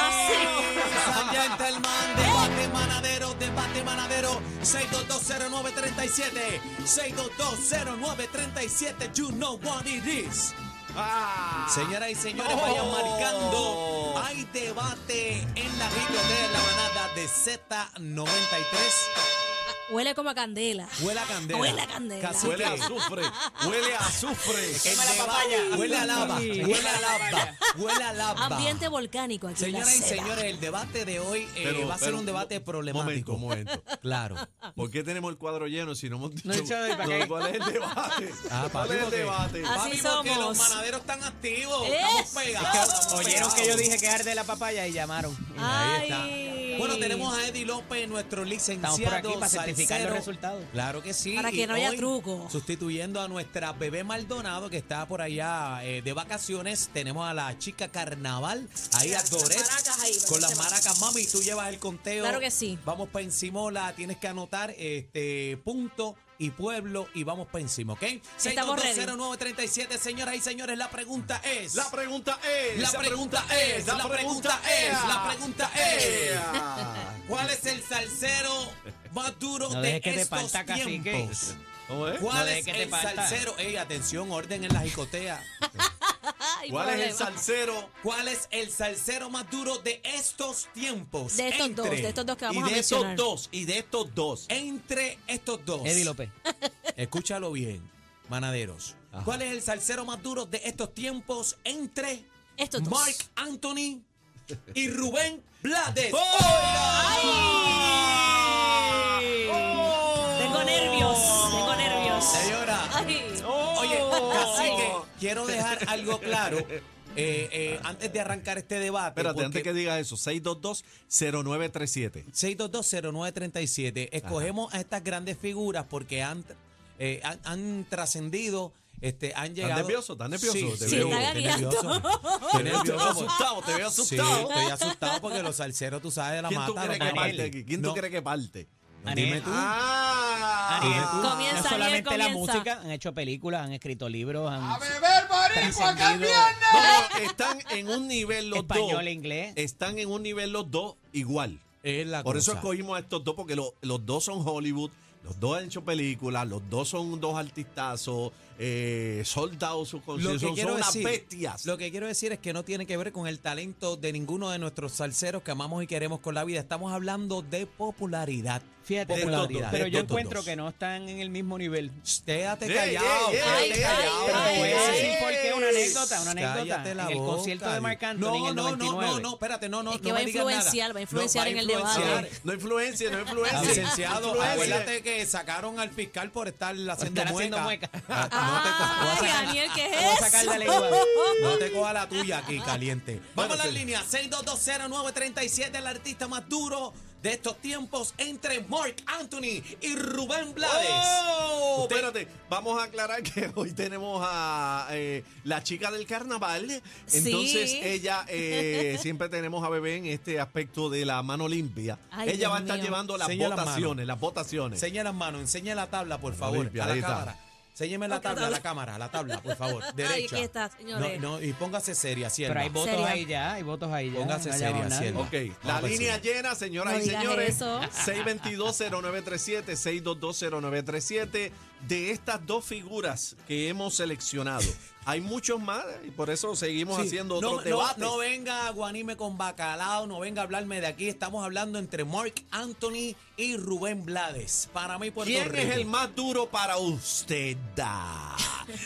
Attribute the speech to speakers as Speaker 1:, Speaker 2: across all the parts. Speaker 1: Ladies and gentlemen, debate manadero, debate manadero, 6220937, 6220937, you know what it is. Señoras y señores,
Speaker 2: Oh.
Speaker 1: vayan marcando. Hay debate en la radio de la manada de Z93.
Speaker 3: Huele como a candela.
Speaker 1: Huele a candela.
Speaker 3: Huele a candela.
Speaker 1: Cacique.
Speaker 2: Huele a azufre, huele a azufre.
Speaker 1: El
Speaker 4: Huele a
Speaker 1: debate-
Speaker 4: papaya.
Speaker 1: Huele a lava.
Speaker 3: Sí.
Speaker 1: Huele a lava. Huele a lava.
Speaker 3: Ambiente volcánico aquí. en la
Speaker 1: Señoras y
Speaker 3: seda.
Speaker 1: señores, el debate de hoy eh,
Speaker 2: Pero-
Speaker 1: va a ser
Speaker 2: pero
Speaker 1: un debate
Speaker 2: mo-
Speaker 1: problemático.
Speaker 2: Momento, momento.
Speaker 1: Claro.
Speaker 2: ¿Por qué tenemos el cuadro lleno si no hemos dicho
Speaker 4: No he dicho nada, ¿para qué?
Speaker 2: cuál es el debate?
Speaker 1: Ah, papi,
Speaker 2: ¿Cuál es el
Speaker 1: porque-
Speaker 2: debate?
Speaker 3: Ah, Así
Speaker 1: Papi, porque
Speaker 3: somos.
Speaker 1: los manaderos están activos.
Speaker 3: Es.
Speaker 1: Estamos pegados. estamos
Speaker 4: Oyeron
Speaker 1: pegados.
Speaker 4: que yo dije que arde la papaya y llamaron.
Speaker 3: Ay.
Speaker 1: Bueno, tenemos a Eddie López, nuestro licenciado.
Speaker 4: Estamos por aquí para certificar
Speaker 1: salsero.
Speaker 4: los resultados.
Speaker 1: Claro que sí.
Speaker 3: Para que
Speaker 1: y
Speaker 3: no haya
Speaker 1: hoy,
Speaker 3: truco.
Speaker 1: Sustituyendo a nuestra bebé Maldonado, que está por allá eh, de vacaciones, tenemos a la chica Carnaval, ahí a Doret. Con las maracas, mami, tú llevas el conteo.
Speaker 3: Claro que sí.
Speaker 1: Vamos para encima, la tienes que anotar este punto y pueblo y vamos para encima, ¿ok?
Speaker 3: Estamos ready.
Speaker 1: 6220937, señoras y señores, la pregunta es...
Speaker 2: La pregunta es.
Speaker 1: La pregunta es, la pregunta es, la pregunta es. ¿Cuál es el salsero más duro
Speaker 4: No
Speaker 1: de
Speaker 4: dejes que te
Speaker 1: estos
Speaker 4: parta, cacique.
Speaker 1: tiempos?
Speaker 2: ¿Cómo es?
Speaker 1: ¿Cuál
Speaker 4: No dejes
Speaker 1: es
Speaker 4: que te
Speaker 1: el
Speaker 4: parta.
Speaker 1: salsero? Ey, atención, orden en la jicotea.
Speaker 3: Ay,
Speaker 2: ¿Cuál es el
Speaker 3: problema.
Speaker 2: salsero?
Speaker 1: ¿Cuál es el salsero más duro de estos tiempos?
Speaker 3: De estos dos,
Speaker 1: Entre-
Speaker 3: de estos dos que
Speaker 2: Y
Speaker 3: vamos a
Speaker 2: de estos
Speaker 3: mencionar.
Speaker 2: dos, y de estos dos.
Speaker 1: Entre estos dos.
Speaker 4: Eddie López.
Speaker 1: Escúchalo bien, manaderos. ¿Cuál es el salsero más duro de estos tiempos entre
Speaker 3: Estos dos.
Speaker 1: Mark Anthony y Rubén Blades?
Speaker 2: Oh.
Speaker 3: Tengo nervios, tengo nervios.
Speaker 1: Señora,
Speaker 3: Ay.
Speaker 2: Oh.
Speaker 1: oye, cacique, quiero dejar algo claro eh, eh, antes de arrancar este debate.
Speaker 2: Espérate, antes
Speaker 1: porque-
Speaker 2: que diga eso, 622-0937.
Speaker 1: 6220937. Escogemos a estas grandes figuras porque han, eh, han, han trascendido, este, han llegado.
Speaker 2: nervioso? ¿Estás nervioso?
Speaker 1: Sí,
Speaker 2: Te
Speaker 1: sí,
Speaker 3: veo-
Speaker 1: estoy
Speaker 3: está gagueando.
Speaker 1: nervioso. Estoy
Speaker 2: Te veo
Speaker 1: nervioso.
Speaker 2: asustado, te veo
Speaker 1: Sí,
Speaker 2: asustado.
Speaker 1: estoy asustado porque los salseros, tú sabes, de la
Speaker 2: ¿Quién tú
Speaker 1: mata.
Speaker 2: crees
Speaker 1: no
Speaker 2: que
Speaker 4: Daniel.
Speaker 1: paran.
Speaker 2: parte aquí? ¿Quién
Speaker 1: No.
Speaker 2: tú crees que parte?
Speaker 1: Dime
Speaker 4: Daniel.
Speaker 1: tú.
Speaker 4: Ariel,
Speaker 2: Ah.
Speaker 3: Comienza,
Speaker 4: no solamente
Speaker 3: Ariel,
Speaker 4: la
Speaker 3: comienza.
Speaker 4: música, han hecho películas, han escrito libros, han
Speaker 5: A beber boricua que
Speaker 4: trascendido
Speaker 5: viene.
Speaker 2: No, no, están en un nivel los
Speaker 4: español
Speaker 2: dos.
Speaker 4: e inglés.
Speaker 2: Están en un nivel los dos igual.
Speaker 1: Es la
Speaker 2: Por eso
Speaker 1: cosa.
Speaker 2: escogimos a estos dos, porque lo- los dos son Hollywood, los dos han hecho películas, los dos son dos artistazos, eh, soldados sus
Speaker 1: Lo
Speaker 2: conciertos,
Speaker 1: que,
Speaker 2: son,
Speaker 1: quiero
Speaker 2: unas
Speaker 1: decir,
Speaker 2: bestias.
Speaker 1: lo que quiero decir es que no tiene que ver con el talento de ninguno de nuestros salseros que amamos y queremos con la vida. Estamos hablando de popularidad.
Speaker 4: Fíjate,
Speaker 2: de
Speaker 4: pero-
Speaker 2: estos dos,
Speaker 4: pero
Speaker 2: de
Speaker 4: yo
Speaker 2: estos
Speaker 4: encuentro
Speaker 2: dos.
Speaker 4: que no están en el mismo nivel.
Speaker 1: Quédate
Speaker 2: Ey,
Speaker 1: callado.
Speaker 2: ey, ey,
Speaker 1: quédate
Speaker 2: ey,
Speaker 1: callado.
Speaker 4: Pero te voy a
Speaker 2: ey,
Speaker 4: decir
Speaker 2: ey.
Speaker 4: por qué una anécdota, una
Speaker 1: Cállate la
Speaker 4: anécdota. En el
Speaker 1: boca,
Speaker 4: concierto de
Speaker 1: Dios.
Speaker 4: Marc Anthony
Speaker 1: no,
Speaker 4: en el
Speaker 1: no, no,
Speaker 4: 99.
Speaker 1: no, no, espérate, no, no.
Speaker 3: Es que
Speaker 1: no
Speaker 3: va
Speaker 1: me
Speaker 3: a
Speaker 1: digas nada.
Speaker 3: influenciar, va a
Speaker 1: No,
Speaker 3: influenciar en el
Speaker 1: influenciar.
Speaker 3: debate.
Speaker 2: No influencia, no
Speaker 1: Ah,
Speaker 2: influencia.
Speaker 1: Licenciado,
Speaker 2: Influencia.
Speaker 1: acuérdate que sacaron al fiscal por estar haciendo
Speaker 4: estar haciendo
Speaker 1: mueca.
Speaker 4: mueca.
Speaker 1: Ah, no te-
Speaker 3: Ay, Daniel, ¿qué
Speaker 4: Vamos
Speaker 3: es
Speaker 4: a sacar
Speaker 3: eso?
Speaker 4: la lengua.
Speaker 1: No te coja la tuya aquí, caliente. Vamos
Speaker 2: Bueno,
Speaker 1: a la
Speaker 2: sí.
Speaker 1: línea 6220937, el artista más duro de estos tiempos entre Mark Anthony y Rubén Blades.
Speaker 2: Oh,
Speaker 1: Usted-
Speaker 2: espérate, vamos a aclarar que hoy tenemos a eh, la chica del carnaval. Entonces,
Speaker 3: Sí.
Speaker 2: ella eh, siempre tenemos a Bebé en este aspecto de la mano limpia.
Speaker 3: Ay,
Speaker 2: ella
Speaker 3: Dios
Speaker 2: va a estar
Speaker 3: mío.
Speaker 2: llevando las
Speaker 1: Enseña las
Speaker 2: votaciones, las votaciones.
Speaker 1: Enseña las manos, enseña la tabla, por
Speaker 2: Mano
Speaker 1: favor,
Speaker 2: limpia,
Speaker 1: a la
Speaker 2: ahí está.
Speaker 1: cámara. Enséñeme la
Speaker 3: Otra
Speaker 1: tabla, a la
Speaker 3: tabla.
Speaker 1: cámara, a la tabla, por favor. Derecha.
Speaker 3: aquí está, señores.
Speaker 1: No, no, y póngase seria, sierva.
Speaker 4: Pero hay votos
Speaker 3: Seria.
Speaker 4: ahí ya, hay votos ahí ya.
Speaker 1: Póngase
Speaker 4: no ha
Speaker 1: seria,
Speaker 4: llamado nadie.
Speaker 1: Cielo.
Speaker 2: Ok,
Speaker 1: Vamos
Speaker 2: la
Speaker 1: para
Speaker 2: línea
Speaker 1: encima.
Speaker 2: llena, señoras
Speaker 3: No
Speaker 2: y
Speaker 3: digas
Speaker 2: señores.
Speaker 3: eso.
Speaker 2: 622-0937, 622-0937. De estas dos figuras que hemos seleccionado, hay muchos más y por eso seguimos
Speaker 1: Sí.
Speaker 2: haciendo
Speaker 1: no,
Speaker 2: otros
Speaker 1: no,
Speaker 2: debates.
Speaker 1: no venga a Guanime con bacalao, no venga a hablarme de aquí. Estamos hablando entre Mark Anthony y Rubén Blades. Para mí, Puerto
Speaker 2: ¿Quién es
Speaker 1: Rico.
Speaker 2: el más duro para usted? Ah.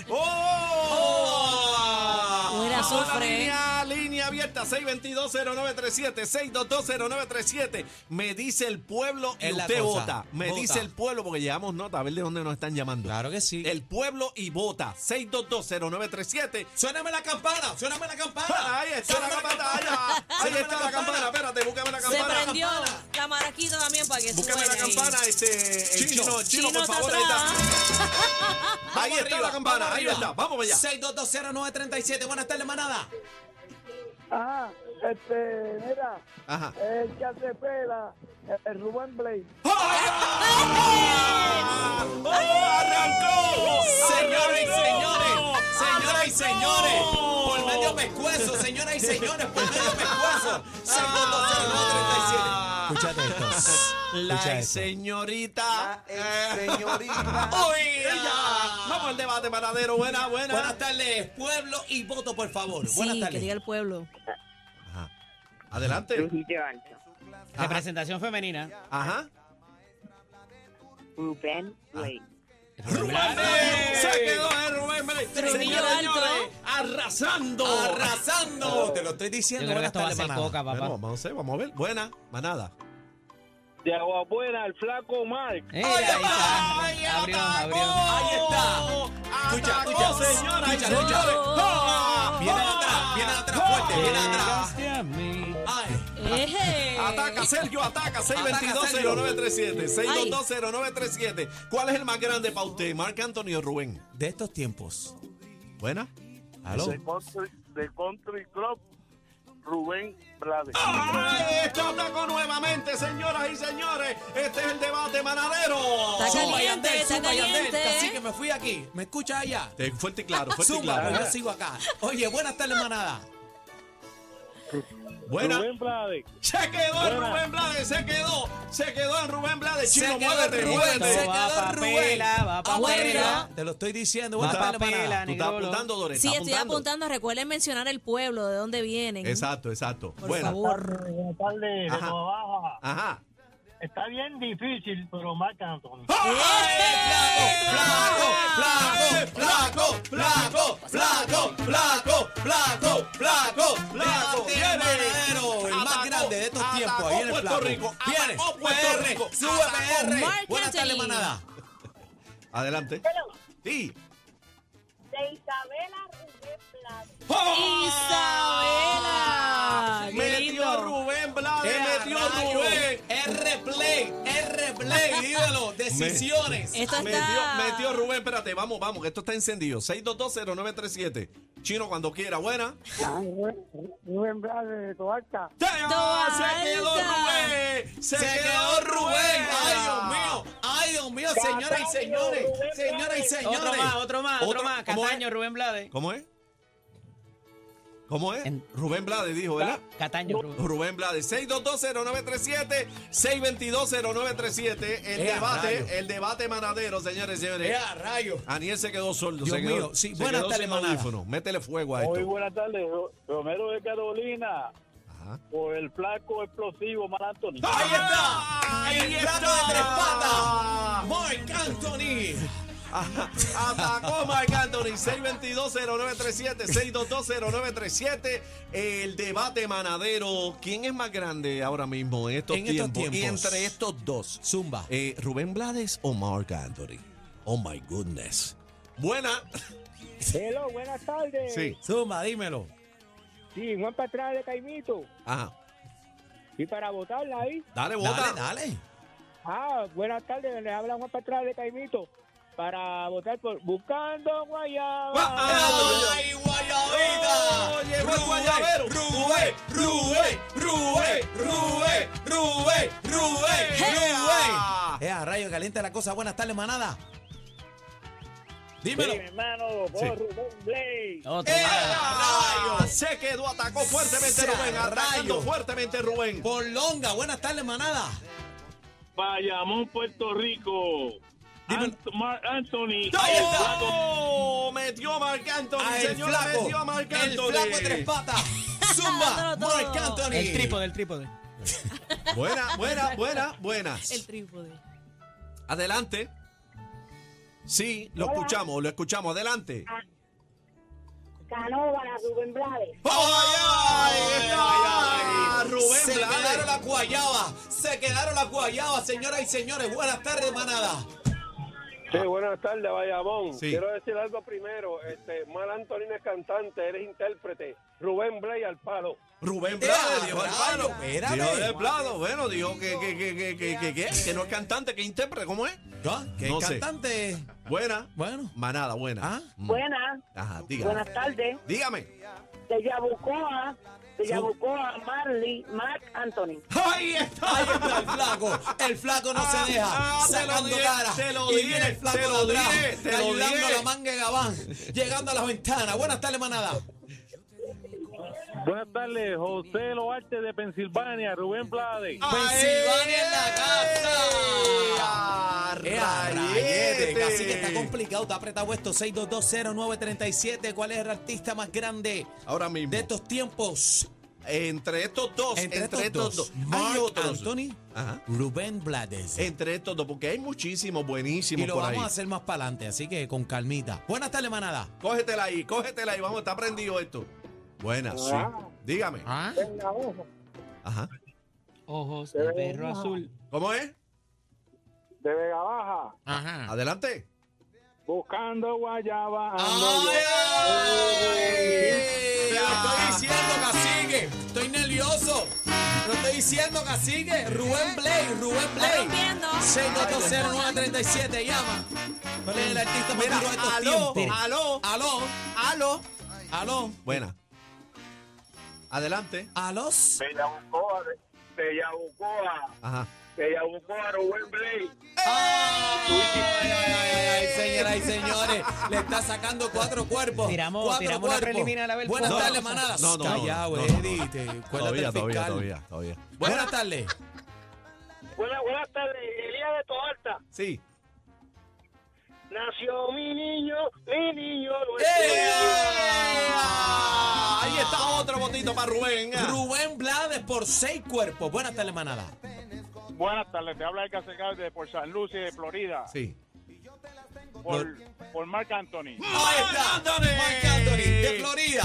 Speaker 2: ¡Oh!
Speaker 3: Huele a
Speaker 2: Vamos a la
Speaker 3: azufre.
Speaker 2: Línea, línea abierta, 622-0937, 622-0937. Me dice el pueblo y
Speaker 1: Es la
Speaker 2: usted
Speaker 1: cosa.
Speaker 2: vota. Me
Speaker 1: Vota.
Speaker 2: dice el pueblo porque llevamos nota, a ver de dónde nos están llamando.
Speaker 1: Claro que sí.
Speaker 2: El pueblo y vota, 622-0937.
Speaker 1: Suéname la campana, suéname la campana.
Speaker 2: Ah, Ahí está la
Speaker 1: Suéname
Speaker 2: campana, ahí
Speaker 1: suéname
Speaker 2: está la campana, espérate, búscame la
Speaker 3: Se
Speaker 2: campana.
Speaker 3: prendió la maraquita también para que
Speaker 2: Búscame la
Speaker 3: suene ahí.
Speaker 2: campana, este, el
Speaker 1: Chino.
Speaker 2: chino, el chino,
Speaker 3: Chino
Speaker 2: por
Speaker 3: está
Speaker 2: favor, ahí
Speaker 3: atrás.
Speaker 2: está. Ahí
Speaker 1: Vamos
Speaker 2: está
Speaker 1: arriba,
Speaker 2: la campana,
Speaker 1: vamos
Speaker 2: ahí
Speaker 1: arriba.
Speaker 2: está, vamos para allá.
Speaker 1: 6220937. Buenas tardes, manada.
Speaker 6: Ajá, Ah, este, mira,
Speaker 2: Ajá.
Speaker 6: el que hace pela, el Rubén Blade.
Speaker 2: ¡Oh, ¡Arrancó!
Speaker 1: Señoras y
Speaker 2: ¡Arrancó!
Speaker 1: señores, señoras y
Speaker 2: ¡Arrancó!
Speaker 1: señores, por medio pescuezo, señoras y señores, por medio pescuezo. eso. 6220937.
Speaker 2: Ah.
Speaker 1: Escúchate esto. Escucha
Speaker 2: La
Speaker 1: esto.
Speaker 2: señorita.
Speaker 7: señorita.
Speaker 2: ¡Uy! ella! Vamos al debate, panadero. Buena, buena.
Speaker 1: Buenas tardes, pueblo y voto, por favor. Buenas
Speaker 3: Sí, que diga
Speaker 1: tardes.
Speaker 3: el pueblo.
Speaker 2: Adelante.
Speaker 8: Trujillo Alto,
Speaker 4: Representación femenina.
Speaker 2: Ajá.
Speaker 8: Rubén Blades.
Speaker 2: Rubén Blades. Se quedó en Rubén Blades.
Speaker 3: Trujillo
Speaker 2: Señoras y
Speaker 3: Alto.
Speaker 2: señores, Arrasando.
Speaker 1: Arrasando. Te lo estoy
Speaker 4: Yo
Speaker 1: diciendo.
Speaker 4: creo
Speaker 1: Buenas
Speaker 4: que esto va a
Speaker 1: tardes,
Speaker 4: ser
Speaker 1: manada.
Speaker 4: coca, papá.
Speaker 2: Bueno, vamos a ver, vamos a ver. Buena, manada.
Speaker 9: De agua buena, el flaco Mark.
Speaker 4: Eh, ahí está. Abrió, abrió.
Speaker 1: Ahí está. Escucha, escucha,
Speaker 2: Oh, señora,
Speaker 1: Escucha,
Speaker 2: señora.
Speaker 1: escucha.
Speaker 2: ¡Ah!
Speaker 1: Viene atrás, viene atrás fuerte, viene atrás.
Speaker 4: Llegaste a mí.
Speaker 1: Ay.
Speaker 9: Eh,
Speaker 3: Eje.
Speaker 2: Ataca, Sergio, ataca. 622-0937. 622-0937. ¿Cuál es el más grande para usted, Marc Anthony o Rubén?
Speaker 1: De estos tiempos.
Speaker 2: Buena.
Speaker 1: Aló.
Speaker 9: De country, de country Club, Rubén Blades.
Speaker 2: Ah, ¡Ay! Esto ataco nuevamente, señoras y señores. Este es el debate manadero.
Speaker 3: Está
Speaker 1: Zumba,
Speaker 3: caliente,
Speaker 1: Yandel,
Speaker 3: está
Speaker 1: zumba, Yandel.
Speaker 3: caliente, ¿eh?
Speaker 1: Así que me fui aquí. ¿Me escuchas allá?
Speaker 2: Eh, Fuerte y claro, fuerte y
Speaker 1: Zumba, pues yo
Speaker 2: claro.
Speaker 1: sigo acá. Oye, buenas tardes, manada.
Speaker 2: Buena.
Speaker 9: Rubén Blades.
Speaker 2: Se quedó en
Speaker 9: Buena.
Speaker 2: Rubén Blades, se quedó. Se quedó en Rubén Blades.
Speaker 1: Se
Speaker 2: Chino,
Speaker 1: quedó
Speaker 2: muévete,
Speaker 1: en
Speaker 4: Rubén,
Speaker 2: muévete.
Speaker 1: Se
Speaker 4: Esto va
Speaker 1: quedó
Speaker 4: pa'
Speaker 1: Rubén.
Speaker 4: pela, va pa'
Speaker 1: Aguanta,
Speaker 4: pela.
Speaker 1: Te lo estoy diciendo.
Speaker 4: Va
Speaker 1: Buenas
Speaker 4: pa'
Speaker 1: tardes, manada.
Speaker 4: pela.
Speaker 2: Tú estás
Speaker 4: Negrolo.
Speaker 2: apuntando, Dore.
Speaker 3: Sí,
Speaker 2: estás
Speaker 3: estoy
Speaker 2: apuntando.
Speaker 3: apuntando. Recuerden mencionar el pueblo, de dónde vienen.
Speaker 2: Exacto, exacto.
Speaker 3: Por
Speaker 2: Buena.
Speaker 3: favor.
Speaker 9: Buenas tardes,
Speaker 2: Ajá.
Speaker 9: Baja.
Speaker 2: Ajá.
Speaker 9: Está bien difícil, pero Marc Anthony.
Speaker 2: flaco, flaco, flaco, flaco, flaco, flaco, flaco, flaco.
Speaker 1: Viene el manadero, el más
Speaker 2: Atacó,
Speaker 1: grande de estos tiempos.
Speaker 2: atacó
Speaker 1: Ahí viene el
Speaker 2: Puerto
Speaker 1: flaco.
Speaker 2: Rico,
Speaker 1: Viene.
Speaker 2: atacó Puerto Rico, atacó
Speaker 1: PR. Sube PR.
Speaker 3: Marc
Speaker 1: Buenas tardes,
Speaker 3: Anthony.
Speaker 1: manada.
Speaker 2: Adelante. Sí.
Speaker 8: De Isabela Rubén Blades.
Speaker 2: ¡Oh!
Speaker 3: Isabela. Qué
Speaker 2: Metió
Speaker 3: lindo.
Speaker 2: Rubén Blades,
Speaker 1: ¡Eh,
Speaker 2: metió
Speaker 1: rayo!
Speaker 2: Rubén.
Speaker 1: R-Play, R-Play, dígalo, decisiones.
Speaker 3: Esto
Speaker 2: Metió,
Speaker 3: está.
Speaker 2: metió Rubén, espérate, vamos, vamos, que esto está encendido. 6220937. Chino, cuando quiera, buena.
Speaker 6: Ah, Rubén- Rubén Blades de Toalca.
Speaker 2: ¡Se
Speaker 3: Alta.
Speaker 2: quedó Rubén! ¡Se, Ah.
Speaker 1: Se quedó Rubén. Ay, Dios mío. Ay, Dios mío, señoras y señores. Señoras y señores.
Speaker 4: Otro más, otro más, otro
Speaker 2: Otro-
Speaker 4: más.
Speaker 2: ¿cómo es?
Speaker 4: Cataño, Rubén Blades.
Speaker 2: ¿Cómo es? ¿Cómo es?
Speaker 4: En-
Speaker 2: Rubén Blades dijo, ¿verdad?
Speaker 4: Cataño, Rubén.
Speaker 2: Rubén Blades, 6220937, 6220937. El
Speaker 1: Ea,
Speaker 2: debate,
Speaker 1: rayos.
Speaker 2: el debate manadero, señores y señores.
Speaker 1: ¡Ea, rayo!
Speaker 2: Aniel se quedó sordo,
Speaker 1: Dios
Speaker 2: se quedó,
Speaker 1: mío, sí,
Speaker 2: se
Speaker 1: buenas
Speaker 2: quedó
Speaker 1: tardes,
Speaker 2: sin
Speaker 1: manada.
Speaker 2: audífono. Métele fuego a esto.
Speaker 9: Muy buenas tardes, Ro- Romero de Carolina.
Speaker 2: Ajá.
Speaker 9: Por el flaco explosivo, Marc Anthony.
Speaker 1: ¡Ahí está!
Speaker 2: Ahí
Speaker 1: ¡El
Speaker 2: está.
Speaker 1: plato de tres patas! ¡Mark Anthony!
Speaker 2: Atacó Marc Anthony 6220937 6220937 El debate manadero ¿Quién es más grande ahora mismo en estos,
Speaker 1: En estos
Speaker 2: tiempos? Y
Speaker 1: tiempos.
Speaker 2: entre estos dos
Speaker 1: Zumba.
Speaker 2: eh, Rubén Blades o Marc Anthony Oh my goodness Buena
Speaker 5: Hello, buenas tardes.
Speaker 2: Sí
Speaker 1: Zumba, dímelo.
Speaker 5: Sí, Juan Patrada de Caimito.
Speaker 2: Ajá
Speaker 5: Y para votarla ahí.
Speaker 2: Dale,
Speaker 1: Dale,
Speaker 2: vota
Speaker 1: dale.
Speaker 5: Ah, buenas tardes, le habla Juan Patrada de Caimito. Para votar por Buscando Guayaba.
Speaker 1: ¡Ay, guayabita!
Speaker 2: Oye, buen guayabero.
Speaker 1: Rubén, Rubén, Rubén, Rubén, Rubén, Rubén,
Speaker 2: ¡Ea!
Speaker 1: Rubén. ¡Ea, rayo, caliente la cosa! Buenas tardes, manada. Dímelo.
Speaker 9: Sí, mi hermano, por
Speaker 2: Sí.
Speaker 9: Rubén Blades.
Speaker 4: Otro
Speaker 1: ¡Eh,
Speaker 4: más.
Speaker 2: ¡Ea!
Speaker 1: Rayos.
Speaker 2: Se quedó, atacó fuertemente
Speaker 1: Sea
Speaker 2: Rubén Atacando
Speaker 1: rayo.
Speaker 2: fuertemente Rubén
Speaker 1: Polonga, buenas tardes, manada.
Speaker 9: Bayamón, Puerto Rico.
Speaker 1: Dime-
Speaker 9: Ant- Marc Anthony.
Speaker 1: Ahí está.
Speaker 2: ¡Oh! Metió Marc Anthony,
Speaker 1: Ah, el
Speaker 2: señor,
Speaker 1: flaco,
Speaker 2: metió a Marc
Speaker 1: el
Speaker 2: Anthony.
Speaker 1: flaco de tres patas. Zumba,
Speaker 3: Dalo todo.
Speaker 1: Marc Anthony.
Speaker 4: El trípode, el trípode.
Speaker 2: Buena, buena, buena, buena.
Speaker 3: El trípode.
Speaker 2: Adelante. Sí, lo escuchamos, lo escuchamos. Adelante.
Speaker 8: Canóvana Rubén Blades.
Speaker 2: ¡Ay, ay, está! Rubén
Speaker 1: se
Speaker 2: Blades.
Speaker 1: quedaron las guayabas, se quedaron las guayabas, señoras y señores. Buenas tardes, manada.
Speaker 10: Sí, buenas tardes, Bayamón.
Speaker 2: Sí.
Speaker 10: Quiero decir algo primero. Este, Mar Antonino es cantante, eres intérprete. Rubén Blay al palo.
Speaker 2: Rubén
Speaker 1: Ea,
Speaker 2: Blades, dijo el
Speaker 1: rayo,
Speaker 2: palo.
Speaker 1: espérate.
Speaker 2: Dijo el palo. Bueno, dijo que, que, que, que, que, que, que, que no es cantante, que es intérprete. ¿Cómo es?
Speaker 1: ¿Ah? ¿Qué
Speaker 2: No sé.
Speaker 1: cantante?
Speaker 2: Buena.
Speaker 1: Bueno.
Speaker 2: Manada, buena.
Speaker 1: Ah.
Speaker 2: Mm.
Speaker 8: Buenas,
Speaker 2: Ajá,
Speaker 8: buenas
Speaker 2: dígame.
Speaker 8: tardes.
Speaker 2: Dígame.
Speaker 8: De Yabucoa, de Yabucoa, Marley, Marc Anthony.
Speaker 2: ¡Ahí está!
Speaker 1: Ahí está el flaco, el flaco no
Speaker 2: Ah,
Speaker 1: se deja,
Speaker 2: ah, te lo
Speaker 1: sacando
Speaker 2: diré,
Speaker 1: cara.
Speaker 2: te lo
Speaker 1: y
Speaker 2: diré,
Speaker 1: viene el flaco
Speaker 2: te lo
Speaker 1: de atrás,
Speaker 2: diré, te lo
Speaker 1: ayudando
Speaker 2: diré.
Speaker 1: a la manga de Gabán, llegando a las ventanas. Buenas tardes, manada.
Speaker 10: Buenas tardes, José Loarte de Pensilvania, Rubén Blades.
Speaker 1: Pensilvania pues en la casa.
Speaker 2: ¡Ay!
Speaker 1: ¡Ea, rayete!
Speaker 2: ¡Rayete!
Speaker 1: Así que está complicado, está apretado esto. 6220937. ¿Cuál es el artista más grande
Speaker 2: Ahora mismo.
Speaker 1: de estos tiempos?
Speaker 2: entre estos dos,
Speaker 1: Entre, estos dos,
Speaker 2: hay
Speaker 1: Mark
Speaker 2: otros.
Speaker 1: Anthony,
Speaker 2: Ajá.
Speaker 1: Rubén Blades.
Speaker 2: Entre estos dos, porque hay muchísimos buenísimos
Speaker 1: y lo
Speaker 2: por
Speaker 1: vamos
Speaker 2: ahí.
Speaker 1: a hacer más para adelante, así que con calmita. Buenas tardes, manada.
Speaker 2: Cógetela ahí, cógetela ahí, vamos, está prendido esto. Buenas, sí. Dígame.
Speaker 1: ¿Ah?
Speaker 6: Venga, ojo.
Speaker 2: Ajá.
Speaker 4: Ojos de perro azul.
Speaker 2: ¿Cómo es?
Speaker 10: De Vega Baja,
Speaker 2: Ah.
Speaker 1: Ajá.
Speaker 2: Adelante.
Speaker 10: buscando guayaba. ando
Speaker 1: Te lo estoy diciendo, cacique. Estoy nervioso. Te Lo estoy diciendo, cacique. Rubén Blay, Rubén
Speaker 3: Está
Speaker 1: Blay.
Speaker 3: rompiendo.
Speaker 1: 6220937, llama. ¿Cuál es el artista más
Speaker 2: Mira,
Speaker 1: duro de estos
Speaker 2: aló,
Speaker 1: tiempos?
Speaker 2: aló,
Speaker 1: Aló,
Speaker 2: aló.
Speaker 1: aló,
Speaker 2: Buena. Adelante.
Speaker 1: alós.
Speaker 9: De Yabucoa, de, de Yabucoa,
Speaker 2: Ajá.
Speaker 9: de Yabucoa, Rubén Blake.
Speaker 1: Ay, ay, ay, ay, señoras y señores, le está sacando cuatro cuerpos.
Speaker 4: Tiramos-
Speaker 1: cuatro
Speaker 4: tiramos una preliminar, a ver,
Speaker 1: Buenas
Speaker 4: por-
Speaker 1: tardes,
Speaker 4: No,
Speaker 1: manadas.
Speaker 2: no, no, no,
Speaker 1: Callao,
Speaker 2: no, no,
Speaker 1: Eddie,
Speaker 2: no.
Speaker 1: te- cuélate
Speaker 2: Todavía,
Speaker 1: el
Speaker 2: todavía,
Speaker 1: eh, fiscal.
Speaker 2: todavía, todavía.
Speaker 1: Buenas tardes.
Speaker 8: Buenas, buenas tardes, Elías de Toalta.
Speaker 2: Sí.
Speaker 8: Nació mi niño, mi niño
Speaker 2: ¡Ea! Ahí está otro botito para Rubén.
Speaker 1: Rubén Blades por seis cuerpos. Buenas tardes, manada.
Speaker 10: Buenas tardes, te habla el Casegal de por San Luis de Florida,
Speaker 2: Sí.
Speaker 10: por, por Marc Anthony.
Speaker 1: Ahí está.
Speaker 2: Anthony.
Speaker 1: Marc Anthony, de Florida.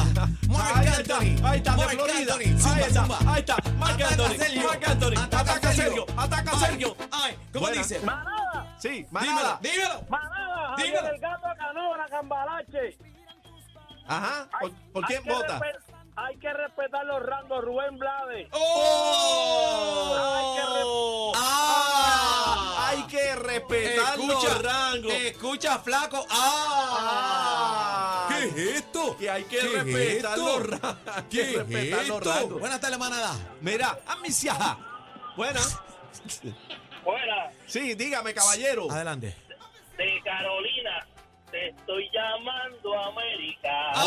Speaker 1: Marc
Speaker 2: Ahí está,
Speaker 1: Anthony.
Speaker 2: ahí está, de
Speaker 1: Marc
Speaker 2: Florida.
Speaker 1: Anthony. Zumba,
Speaker 2: ahí está,
Speaker 1: zumba.
Speaker 2: ahí está. Marc
Speaker 1: Ataca
Speaker 2: Anthony,
Speaker 1: Sergio.
Speaker 2: Marc Anthony.
Speaker 1: Ataca
Speaker 2: Ataca
Speaker 1: Sergio.
Speaker 2: Sergio, ataca
Speaker 1: Ay,
Speaker 2: Sergio.
Speaker 1: Ay, ¿cómo
Speaker 2: Buena.
Speaker 1: dice?
Speaker 8: Manada,
Speaker 2: Sí,
Speaker 1: Dímelo,
Speaker 2: manada.
Speaker 1: dímelo.
Speaker 8: manada, Javier
Speaker 1: Dímelo.
Speaker 8: el gato canobra, cambalache.
Speaker 2: Ajá. ¿Por, por quién
Speaker 8: hay que
Speaker 2: vota?
Speaker 8: respe- Hay que respetar los rangos, Rubén Blades. Hay que
Speaker 2: ¡Oh!
Speaker 8: re-
Speaker 2: ¡Ah! Hay que respetar los rangos.
Speaker 1: Escucha, flaco. ¡Ah!
Speaker 2: Ah.
Speaker 1: ¿Qué es esto?
Speaker 2: Que hay que
Speaker 1: ¿Qué es
Speaker 2: respetar
Speaker 1: esto?
Speaker 2: los rangos. Hay
Speaker 1: ¿Qué
Speaker 2: que
Speaker 1: es
Speaker 2: respetar los
Speaker 1: esto?
Speaker 2: rangos.
Speaker 1: Buenas tardes, manada.
Speaker 2: Mira, amiciaja. Buena.
Speaker 9: Fuera,
Speaker 2: Sí, dígame, caballero.
Speaker 1: Adelante.
Speaker 9: de Carolina, te estoy llamando a América.
Speaker 2: ¡Ah!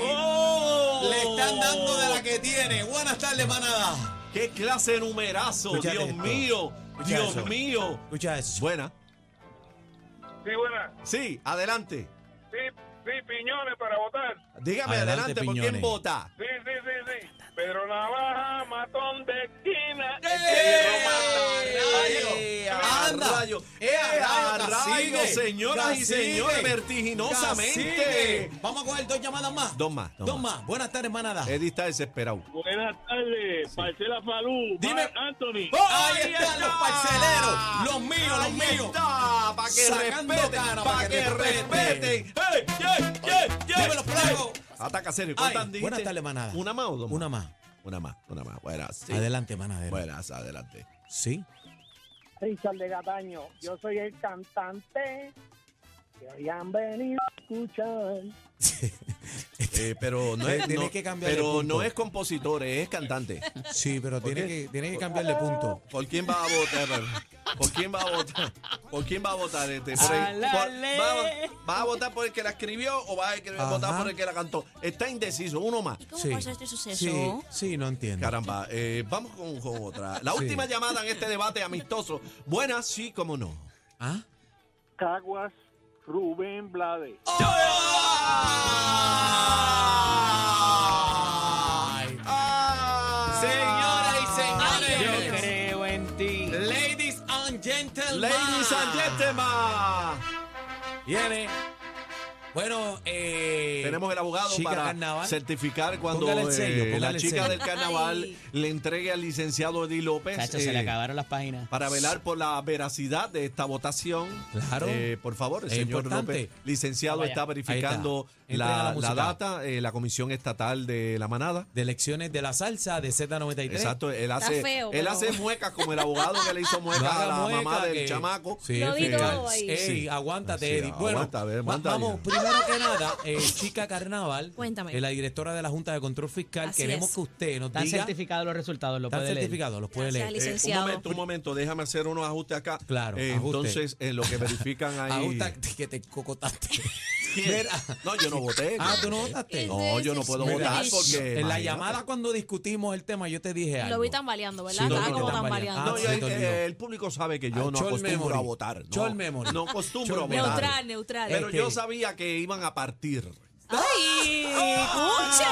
Speaker 2: ¡Oh!
Speaker 1: Le están dando de la que tiene. Buenas tardes, manada.
Speaker 2: ¡Qué clase de numerazo!
Speaker 1: Escuchate
Speaker 2: ¡Dios
Speaker 1: esto.
Speaker 2: mío!
Speaker 1: Escucha
Speaker 2: ¡Dios
Speaker 1: eso.
Speaker 2: mío!
Speaker 1: Escucha eso.
Speaker 2: Buena.
Speaker 10: Sí, buenas.
Speaker 2: Sí, adelante.
Speaker 10: Sí, sí, piñones para votar.
Speaker 2: Dígame
Speaker 1: Adelante,
Speaker 2: adelante, ¿por quién
Speaker 1: Piñones.
Speaker 2: vota?
Speaker 10: Sí, sí, sí, sí. Pedro Navaja, matón de esquina.
Speaker 2: ¡Eh, a
Speaker 1: ¡Eh! Anda.
Speaker 2: rayo!
Speaker 1: ¡Eh, a
Speaker 2: ¡Eh, a
Speaker 1: rayo,
Speaker 2: rayo,
Speaker 1: cacique!
Speaker 2: señoras y
Speaker 1: Cacique.
Speaker 2: señores! ¡Vertiginosamente!
Speaker 1: Cacique. Vamos a coger dos llamadas más.
Speaker 2: Dos más,
Speaker 1: Dos,
Speaker 2: dos
Speaker 1: más. Eh, Buenas tardes, manada.
Speaker 2: Eddie está desesperado.
Speaker 10: Buenas tardes, Parcela Falú.
Speaker 1: Dime.
Speaker 10: Marc Anthony.
Speaker 2: ¡Oh!
Speaker 1: Ahí están los parceleros. Los míos, los
Speaker 2: Ahí
Speaker 1: míos.
Speaker 2: está, para que
Speaker 1: Sacando
Speaker 2: respeten,
Speaker 1: cara, pa'
Speaker 2: para
Speaker 1: que
Speaker 2: que
Speaker 1: respeten.
Speaker 2: respeten. ¡Ey, ey, ey, ey!
Speaker 1: Dímelo, flaco.
Speaker 2: Ataca serio.
Speaker 1: Ay,
Speaker 2: ¿Cuántas dijiste?
Speaker 1: buenas tardes, manada.
Speaker 2: ¿Una más o dos más?
Speaker 1: Una más.
Speaker 2: Una más, una más. Buenas. sí.
Speaker 1: Adelante, manadero.
Speaker 2: Buenas, adelante.
Speaker 1: Sí.
Speaker 6: Richard de Gataño, yo soy el cantante que habían venido a escuchar.
Speaker 2: Eh, pero no
Speaker 1: Eh,
Speaker 2: es,
Speaker 1: tienes
Speaker 2: no-
Speaker 1: que cambiarle
Speaker 2: pero
Speaker 1: punto.
Speaker 2: no es compositor, es cantante.
Speaker 1: Sí, pero tiene que, tiene que cambiarle punto.
Speaker 2: ¿Por quién va a votar? ¿Por quién va a votar? ¿Por quién va a votar este? Por el- por-
Speaker 4: Alale.
Speaker 2: ¿va, va a votar por el que la escribió o va a escribir-
Speaker 1: Ajá.
Speaker 2: votar por el que la cantó? Está indeciso, uno más.
Speaker 3: ¿Y cómo
Speaker 1: Sí.
Speaker 3: pasa este suceso?
Speaker 1: Sí, sí, no entiendo.
Speaker 2: Caramba, eh, vamos con, con otra. La
Speaker 1: Sí.
Speaker 2: última llamada en este debate amistoso. Buena, sí, como no.
Speaker 1: ¿Ah?
Speaker 10: Caguas, Rubén Blades.
Speaker 1: ¡Ay! Ah. Señoras y
Speaker 4: Yo
Speaker 1: señores,
Speaker 4: creo en ti.
Speaker 1: ladies and gentlemen,
Speaker 2: Ladies and gentlemen,
Speaker 1: viene. Bueno, eh,
Speaker 2: tenemos el abogado
Speaker 1: chica
Speaker 2: para
Speaker 1: carnaval.
Speaker 2: certificar cuando
Speaker 1: Póngale el sello,
Speaker 2: eh,
Speaker 1: póngale
Speaker 2: la
Speaker 1: el
Speaker 2: chica
Speaker 1: sello.
Speaker 2: del carnaval
Speaker 3: Ay.
Speaker 2: le entregue al licenciado Eddie López
Speaker 4: Chacho, se le
Speaker 2: eh,
Speaker 4: acabaron las páginas.
Speaker 2: para velar por la veracidad de esta votación.
Speaker 1: Claro.
Speaker 2: Eh, por favor, el
Speaker 1: Es
Speaker 2: señor
Speaker 1: importante.
Speaker 2: López, licenciado,
Speaker 4: Vamos allá.
Speaker 2: está verificando
Speaker 1: Ahí está. Entrega
Speaker 2: La,
Speaker 1: la música.
Speaker 2: la data, eh, la comisión estatal de la manada.
Speaker 1: de elecciones de la salsa de Z93.
Speaker 2: Exacto, él hace,
Speaker 3: feo,
Speaker 2: él
Speaker 3: pero-
Speaker 2: hace muecas como el abogado que le hizo muecas
Speaker 1: No haga
Speaker 2: a la
Speaker 1: mueca,
Speaker 2: mamá del
Speaker 1: que-
Speaker 2: chamaco.
Speaker 1: Sí,
Speaker 3: Lo di
Speaker 1: fiscal.
Speaker 3: todo ahí.
Speaker 1: Ey,
Speaker 2: Sí.
Speaker 1: aguántate,
Speaker 2: Sí,
Speaker 1: Eddie. Bueno,
Speaker 2: aguanta, a ver,
Speaker 1: va-
Speaker 2: aguanta
Speaker 1: vamos,
Speaker 2: bien.
Speaker 1: primero que nada, eh, Chica Carnaval,
Speaker 3: Cuéntame.
Speaker 1: eh, la directora de la Junta de Control Fiscal,
Speaker 3: Así
Speaker 1: queremos
Speaker 3: es.
Speaker 1: que usted nos
Speaker 4: Están
Speaker 1: diga...
Speaker 4: certificados los resultados, lo
Speaker 1: Están
Speaker 4: puede leer.
Speaker 1: certificados, los puede
Speaker 3: Gracias,
Speaker 1: leer.
Speaker 2: Eh, un
Speaker 3: Licenciado.
Speaker 2: momento, un momento, déjame hacer unos ajustes acá.
Speaker 1: Claro,
Speaker 2: Eh,
Speaker 1: ajuste.
Speaker 2: Entonces, en lo que verifican ahí.
Speaker 1: Ajusta que te cocotaste.
Speaker 2: Mira, No, yo no voté.
Speaker 1: Ah, ¿tú no votaste?
Speaker 2: No, yo no puedo
Speaker 1: Mira,
Speaker 2: votar porque.
Speaker 1: En la
Speaker 2: imagínate.
Speaker 1: llamada cuando discutimos el tema, yo te dije algo.
Speaker 3: Lo vi tambaleando, ¿verdad?
Speaker 1: Sí,
Speaker 3: Estaba
Speaker 1: no, no,
Speaker 3: como
Speaker 1: no,
Speaker 3: tambaleando.
Speaker 1: Ah,
Speaker 2: No,
Speaker 1: se
Speaker 2: yo-
Speaker 1: te
Speaker 2: eh,
Speaker 1: olvidó.
Speaker 2: el público sabe que yo
Speaker 1: Ah,
Speaker 2: no
Speaker 1: short
Speaker 2: acostumbro
Speaker 1: memory.
Speaker 2: a votar. No,
Speaker 1: Short memory.
Speaker 2: No acostumbro a
Speaker 1: Short
Speaker 2: votar.
Speaker 3: Neutral, neutral.
Speaker 2: Pero
Speaker 1: Es que-
Speaker 2: yo sabía que iban a partir.
Speaker 3: ¡Ay! ¡Cuche!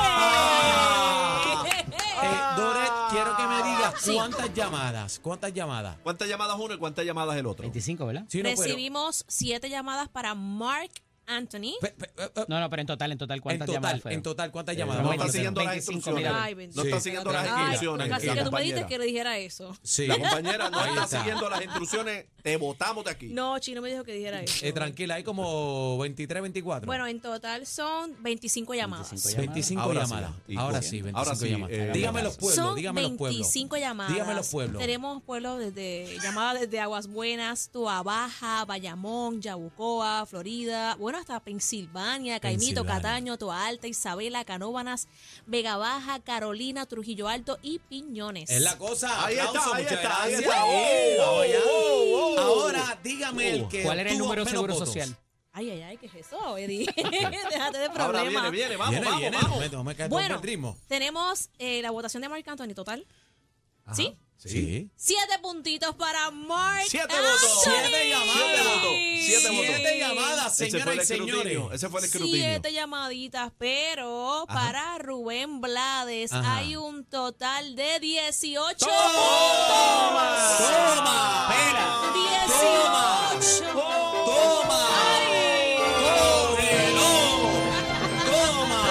Speaker 1: Eh, Doret, quiero que me digas
Speaker 3: Sí.
Speaker 1: cuántas llamadas, cuántas llamadas.
Speaker 2: ¿Cuántas llamadas uno y cuántas llamadas el otro?
Speaker 4: 25, ¿verdad?
Speaker 1: Sí, no, pero-
Speaker 3: Recibimos siete llamadas para Mark Anthony.
Speaker 1: Pe- pe- eh, eh,
Speaker 4: No, no, pero en total, en total,
Speaker 1: en
Speaker 4: ¿cuántas
Speaker 1: total,
Speaker 4: llamadas fueron?
Speaker 1: en total, ¿cuántas
Speaker 4: Pero
Speaker 1: llamadas?
Speaker 2: No
Speaker 1: Vamos a
Speaker 2: está
Speaker 1: hacer-
Speaker 4: 25,
Speaker 2: siguiendo las
Speaker 4: 25,
Speaker 2: instrucciones.
Speaker 4: mira.
Speaker 3: Ay,
Speaker 2: No
Speaker 3: bendito.
Speaker 2: está
Speaker 1: Sí.
Speaker 2: siguiendo las
Speaker 3: Ay,
Speaker 2: instrucciones.
Speaker 3: casi
Speaker 2: la
Speaker 3: que tú me
Speaker 2: compañera.
Speaker 3: dijiste que le dijera eso.
Speaker 1: Sí.
Speaker 2: La compañera no
Speaker 1: Ahí
Speaker 2: está
Speaker 1: está.
Speaker 2: siguiendo las instrucciones. Te votamos de aquí.
Speaker 3: No, Chino me dijo que dijera eso.
Speaker 1: Eh, tranquila, hay como 23, 24.
Speaker 3: Bueno, en total son 25 llamadas.
Speaker 1: 25
Speaker 2: Ahora sí,
Speaker 1: llamadas.
Speaker 2: y
Speaker 1: ahora
Speaker 2: con-
Speaker 1: sí, 25
Speaker 2: ahora sí,
Speaker 1: llamadas.
Speaker 2: eh,
Speaker 1: dígame los pueblos,
Speaker 3: son
Speaker 1: dígame los pueblos.
Speaker 3: 25 llamadas.
Speaker 1: Dígame los pueblos.
Speaker 3: Tenemos pueblos desde llamadas desde Aguas Buenas, Toa Baja, Bayamón, Yabucoa, Florida, bueno, hasta Pensilvania, Caimito,
Speaker 1: Pensilvania.
Speaker 3: Cataño, Toa Alta, Isabela, Canóbanas, Vega Baja, Carolina, Trujillo Alto y Piñones.
Speaker 1: Es la cosa.
Speaker 2: Ahí está,
Speaker 1: Aplauso,
Speaker 2: ahí
Speaker 1: muchas
Speaker 2: está, ahí
Speaker 1: gracias.
Speaker 2: está.
Speaker 1: Eh,
Speaker 2: Oh,
Speaker 1: oye.
Speaker 2: oh, Uh. oh.
Speaker 1: Ahora, dígame el que
Speaker 4: ¿Cuál era el
Speaker 1: tuvo
Speaker 4: número de
Speaker 1: menos
Speaker 4: seguro
Speaker 1: votos.
Speaker 4: social?
Speaker 3: Ay, ay, ay, ¿qué es eso, Eddie? Déjate de problemas.
Speaker 2: Ahora viene, viene, vamos,
Speaker 1: Viene,
Speaker 2: vamos,
Speaker 1: viene, Ah,
Speaker 2: vamos.
Speaker 1: no me- no me cae
Speaker 3: Bueno,
Speaker 1: el ritmo.
Speaker 3: tenemos eh, la votación de Marc Anthony total. ¿Sí?
Speaker 1: Sí.
Speaker 3: Siete puntitos para Marc
Speaker 2: Siete
Speaker 3: Anthony.
Speaker 2: votos.
Speaker 1: Siete llamadas.
Speaker 2: Siete votos.
Speaker 1: Siete llamadas,
Speaker 2: Ese fue el
Speaker 1: señoras y señores.
Speaker 2: escrutinio. Ese fue el escrutinio.
Speaker 3: Siete llamaditas, pero para Rubén Blades
Speaker 1: Ajá.
Speaker 3: hay un total de 18
Speaker 1: ¡Toma! ¡Pera!
Speaker 3: puntos. 18.
Speaker 1: ¡Toma! ¡Cógelo! ¡Toma!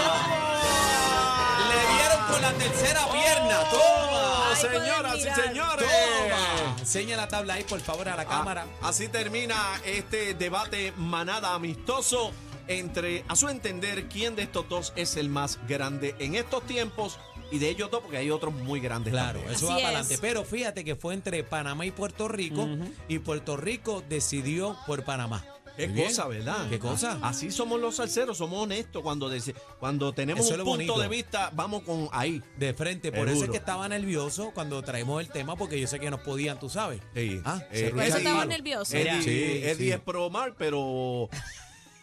Speaker 1: Le dieron con la tercera pierna.
Speaker 2: Oh,
Speaker 1: ¡Toma!
Speaker 3: Ay, pueden
Speaker 2: señoras y
Speaker 3: mirar.
Speaker 2: señores.
Speaker 1: ¡Toma! Enseña la tabla ahí, por favor, a la cámara.
Speaker 2: Eh. Ah, Así termina este debate manada amistoso entre, a su entender, quién de estos dos es el más grande en estos tiempos y de ellos dos, porque hay otros muy grandes.
Speaker 1: Claro,
Speaker 2: también.
Speaker 1: eso va
Speaker 3: Así
Speaker 1: para
Speaker 3: es.
Speaker 1: adelante. Pero fíjate que fue entre Panamá y Puerto Rico y Puerto Rico decidió por Panamá.
Speaker 2: Qué
Speaker 1: Muy bien.
Speaker 2: cosa, ¿verdad? Ah,
Speaker 1: Qué cosa.
Speaker 3: Ah.
Speaker 2: Así somos los salseros, somos honestos. Cuando, deci- cuando tenemos
Speaker 1: Eso es
Speaker 2: un
Speaker 1: lo
Speaker 2: punto
Speaker 1: bonito.
Speaker 2: de vista, vamos con ahí.
Speaker 1: Ah, De frente, por eso es
Speaker 2: Seguro.
Speaker 1: que estaba nervioso cuando traemos el tema, porque yo sé que nos podían, tú sabes.
Speaker 2: Sí.
Speaker 1: Ah,
Speaker 2: Eh, Eddie-
Speaker 1: se
Speaker 3: Por eso
Speaker 1: arruina el
Speaker 3: estaba
Speaker 1: palo.
Speaker 3: nervioso.
Speaker 2: Eddie,
Speaker 1: Sí,
Speaker 2: Eddie
Speaker 1: sí.
Speaker 2: es pro mar, pero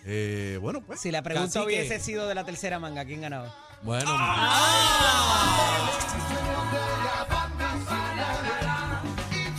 Speaker 2: eh, bueno, pues.
Speaker 4: Si la pregunta
Speaker 1: Cacique.
Speaker 4: hubiese
Speaker 1: Ah,
Speaker 4: sido de la tercera manga, ¿quién ganaba?
Speaker 1: Bueno,